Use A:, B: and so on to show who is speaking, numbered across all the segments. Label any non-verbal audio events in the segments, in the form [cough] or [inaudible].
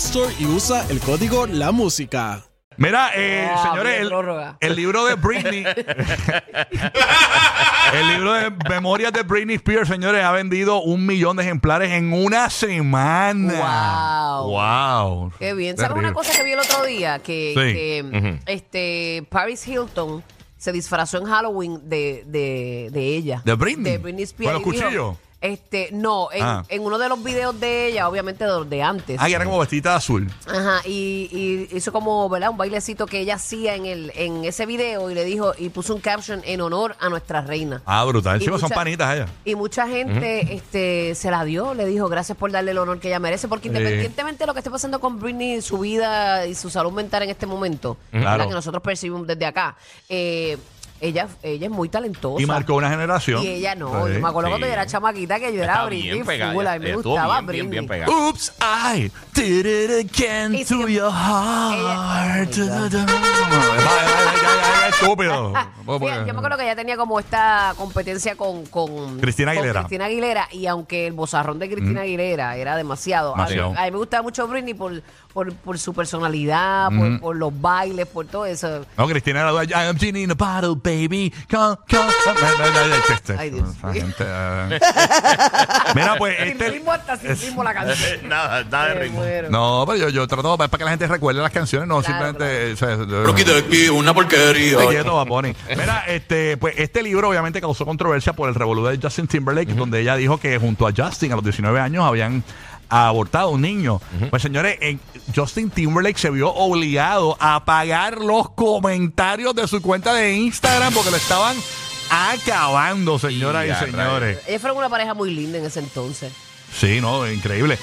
A: Store y usa el código La Música.
B: Mira, eh,
C: Ah,
B: señores,
C: bien
B: el,
C: prórroga.
B: el libro de
C: [laughs]
B: Britney. el libro de Memorias de Britney Spears, señores, ha vendido un millón de ejemplares en una semana.
C: Wow.
B: ¡Wow!
C: Qué bien. ¿Sabes
B: Terrible.
C: una cosa que vi el otro día? Que,
B: Sí.
C: que, este, Paris Hilton se disfrazó en Halloween de, de, de ella.
B: ¿De Britney?
C: De Britney Spears.
B: ¿Con los
C: y dijo-
B: cuchillos?
C: Este, no, en,
B: Ah.
C: en uno de los videos de ella, obviamente de los de antes.
B: Ah, que era como vestida azul.
C: Ajá, y, y hizo como, ¿verdad? Un bailecito que ella hacía en el en ese video y le dijo, y puso un caption en honor a nuestra reina.
B: Ah, brutal.
C: Y
B: Chicos, son
C: mucha-
B: panitas allá.
C: Y mucha gente este, se la dio, le dijo gracias por darle el honor que ella merece, porque
B: Sí.
C: independientemente de lo que esté pasando con Britney, su vida y su salud mental en este momento,
B: Claro.
C: la que nosotros percibimos desde acá, eh, ella, ella es muy talentosa.
B: Y marcó una generación.
C: Y ella no,
B: Sí.
C: yo me acuerdo
D: sí.
C: cuando yo era chamaquita que yo era
D: Está
C: Britney
D: bien pegada.
C: full, a mí
D: ella-
C: me
D: ella estuvo
C: gustaba
D: bien, bien, bien
C: Britney.
D: pegada.
B: Oops, I did it again
C: Y
B: to
C: sigue-
B: your heart. Ay, Estúpido.
C: [laughs] Sí, yo me acuerdo que ella tenía como esta competencia con, con-
B: Cristina
C: con
B: Aguilera.
C: Cristina Aguilera y aunque el bozarrón de Cristina Aguilera era demasiado. A mí,
D: Demasiado.
C: a mí me gustaba mucho Britney por, por, por su personalidad, por, por los bailes, por todo eso.
B: No, Cristina era la I am genie in a bottle, baby. Come,
C: [laughs]
B: come, come. Ay, ay, ay, ay, este,
C: Ay, Dios
B: esa
C: mío.
B: gente, eh.
C: [laughs]
B: Mira, pues
C: Sin
B: este.
C: ritmo hasta sin ritmo la canción.
D: eh, nada, nada de
C: Me
D: ritmo.
C: muero.
B: No, pero yo, yo trato para que la gente recuerde las canciones, no
C: Claro,
B: simplemente. o sea,
E: Rocky de aquí, una porquería.
B: Te quieto, Bad Bunny. Mira, este, pues este libro obviamente causó controversia por el revolú de Justin Timberlake, donde ella dijo que junto a Justin a los 19 años habían abortado un niño. Pues señores, en- Justin Timberlake se vio obligado a apagar los comentarios de su cuenta de Instagram porque lo estaban acabando, señoras y,
D: Y a
B: señores.
C: Ellos fueron una pareja muy linda en ese entonces.
B: Sí, no, increíble.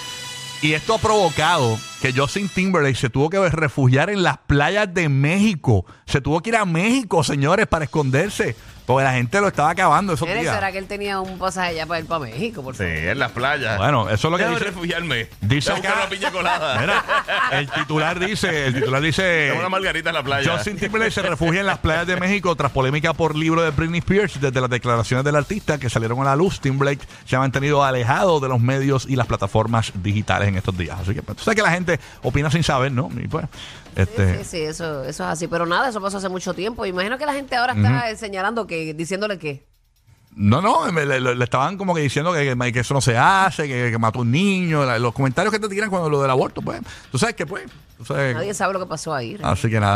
B: Y esto ha provocado que Justin Timberlake se tuvo que refugiar en las playas de México. Se tuvo que ir a México, señores, para esconderse. Porque la gente lo estaba acabando esos
C: Mira,
B: días.
C: ¿Será que él tenía un pasaje allá para ir para México? Por
D: Sí,
C: favor?
D: en las playas.
B: Bueno, eso es lo que
D: Déjame
B: dice-
D: refugiarme.
B: dice
D: Voy a buscar
B: acá-
D: una piña colada.
B: Mira, eh, el titular dice, el titular dice.
D: Tengo una margarita en la playa.
B: Justin Timberlake se refugia en las playas de México tras polémica por libro de Britney Spears. Desde las declaraciones del artista que salieron a la luz, Timberlake se ha mantenido alejado de los medios y las plataformas digitales en estos días. Así que, pues, tú sabes que la gente opina sin saber, ¿no? Y pues, este,
C: Sí, sí, eso, eso es así. Pero nada, eso pasó hace mucho tiempo. Imagino que la gente ahora está eh, señalando que, diciéndole que.
B: no, no, me- le, le- le estaban como que diciendo que, que- que eso no se hace, que, que mató un niño, la- los comentarios que te tiran cuando lo del aborto, pues, tú sabes que, pues, tú sabes-
C: Nadie sabe lo que pasó ahí.
B: así que nada.